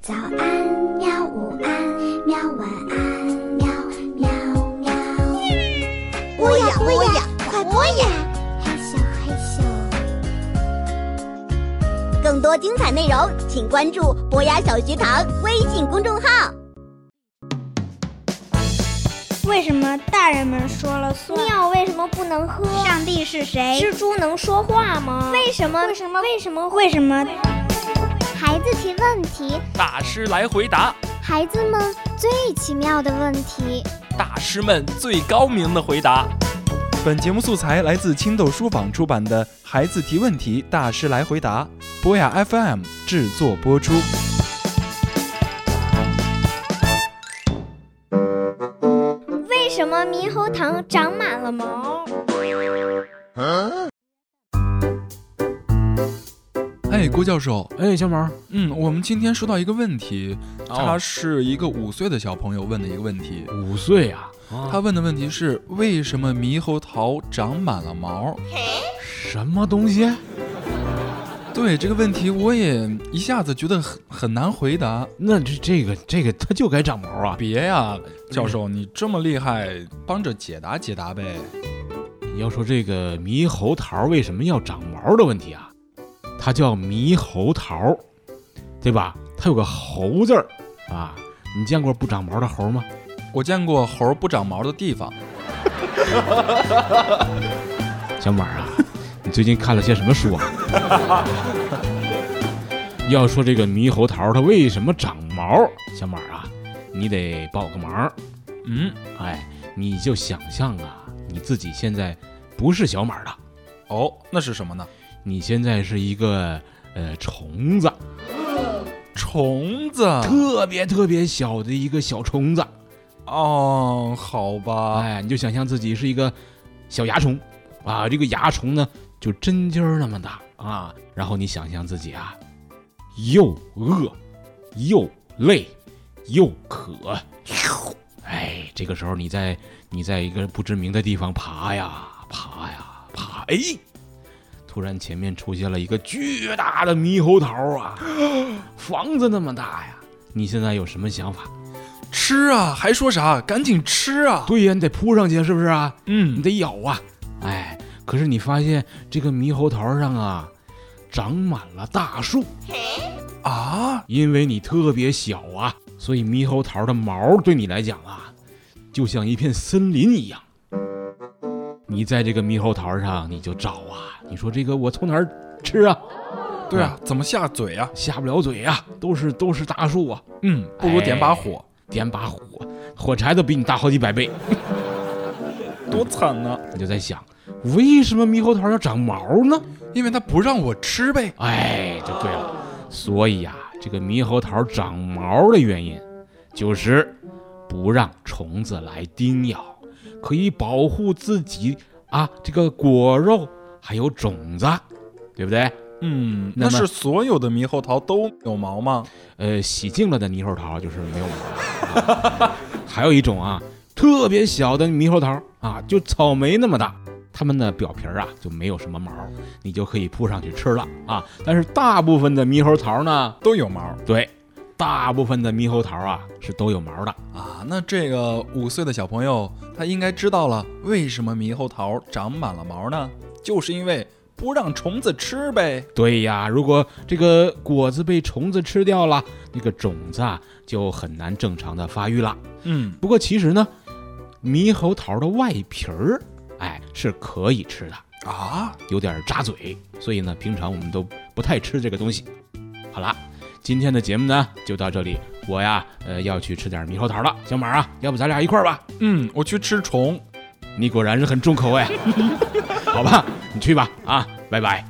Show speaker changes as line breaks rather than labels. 早安喵，午安喵，晚安喵喵喵。
播呀播呀，快播呀！
嘿咻嘿咻，
更多精彩内容，请关注博雅小学堂微信公众号。
为什么大人们说了算？
尿为什么不能喝？
上帝是谁？
蜘蛛能说话吗？为什么？为什么？为什么？
为什么
孩子提问题，
大师来回答，
孩子们最奇妙的问题。
大师们最高明的回答。
本节目素材来自青豆书坊出版的《孩子提问题，大师来回答》，博雅 FM 制作播出。
为什么猕猴桃长满了毛？
哎，郭教授，
哎，小毛，
嗯，哦我们今天说到一个问题，它
他
是一个五岁的小朋友问的一个问题。
五岁啊，
他
他
问的问题是为什么猕猴桃长满了毛？
什么东西？
对这个问题，我也一下子觉得很很难回答。
那这这个这个它就该长毛啊！
别呀、教授，你这么厉害，帮着解答解答呗。
要说这个猕猴桃为什么要长毛的问题啊，它叫猕猴桃，对吧？它有个猴字儿啊，你见过不长毛的猴吗？
我见过猴儿不长毛的地方，
小马啊，你最近看了些什么书啊？ 要说这个猕猴桃它为什么长毛，小马啊，你得帮我个忙，
嗯，
哎，你就想象啊，你自己现在不是小马了。
哦，那是什么呢？
你现在是一个呃虫子，
虫子。
特别特别小的一个小虫子，
哦，好吧，
哎，你就想象自己是一个小蚜虫，啊，这个蚜虫呢就针尖儿那么大啊，然后你想象自己啊，又饿又累又渴，哎，这个时候你在你在一个不知名的地方爬呀爬呀爬，哎，突然前面出现了一个巨大的猕猴桃啊，房子那么大呀，你现在有什么想法？
吃啊，还说啥？赶紧吃啊！
对呀，你得扑上去，是不是啊？你
嗯，
得咬啊！哎，可是你发现这个猕猴桃上啊，长满了大树，
啊，
因为你特别小啊，所以猕猴桃的毛对你来讲啊，就像一片森林一样。你在这个猕猴桃上，你就找啊，你说这个我从哪儿吃啊？
对啊，怎么下嘴啊？
下不了嘴啊，都是都是大树啊，
嗯，不如点把火，
点把火，火柴都比你大好几百倍。
多惨呢、
你就在想，为什么猕猴桃要长毛呢？
因为他不让我吃呗。
哎，这对了，所以呀、这个猕猴桃长毛的原因，就是不让虫子来叮咬，可以保护自己啊，这个果肉还有种子，对不对？
嗯，
那
那
么
是所有的猕猴桃都有毛吗？
呃，洗净了的猕猴桃就是没有毛的、啊 还有一种啊，特别小的猕猴桃啊，就草莓那么大，它们的表皮儿啊就没有什么毛，你就可以扑上去吃了啊。但是大部分的猕猴桃呢，
都有毛
对，大部分的猕猴桃啊是都有毛的。
啊。那这个五岁的小朋友，他应该知道了为什么猕猴桃长满了毛呢？就是因为不让虫子吃呗。
对呀，如果这个果子被虫子吃掉了，那个种子啊就很难正常的发育了。
嗯，
不过其实呢，猕猴桃的外皮儿，哎，是可以吃的，
啊，
有点扎嘴，所以呢，平常我们都不太吃这个东西。好啦，今天的节目呢就到这里，我呀，呃，要去吃点猕猴桃了。小马啊，要不咱俩一块儿吧？
嗯，我去吃虫。
哎你果然是很重口味，好吧，你去吧啊，拜拜。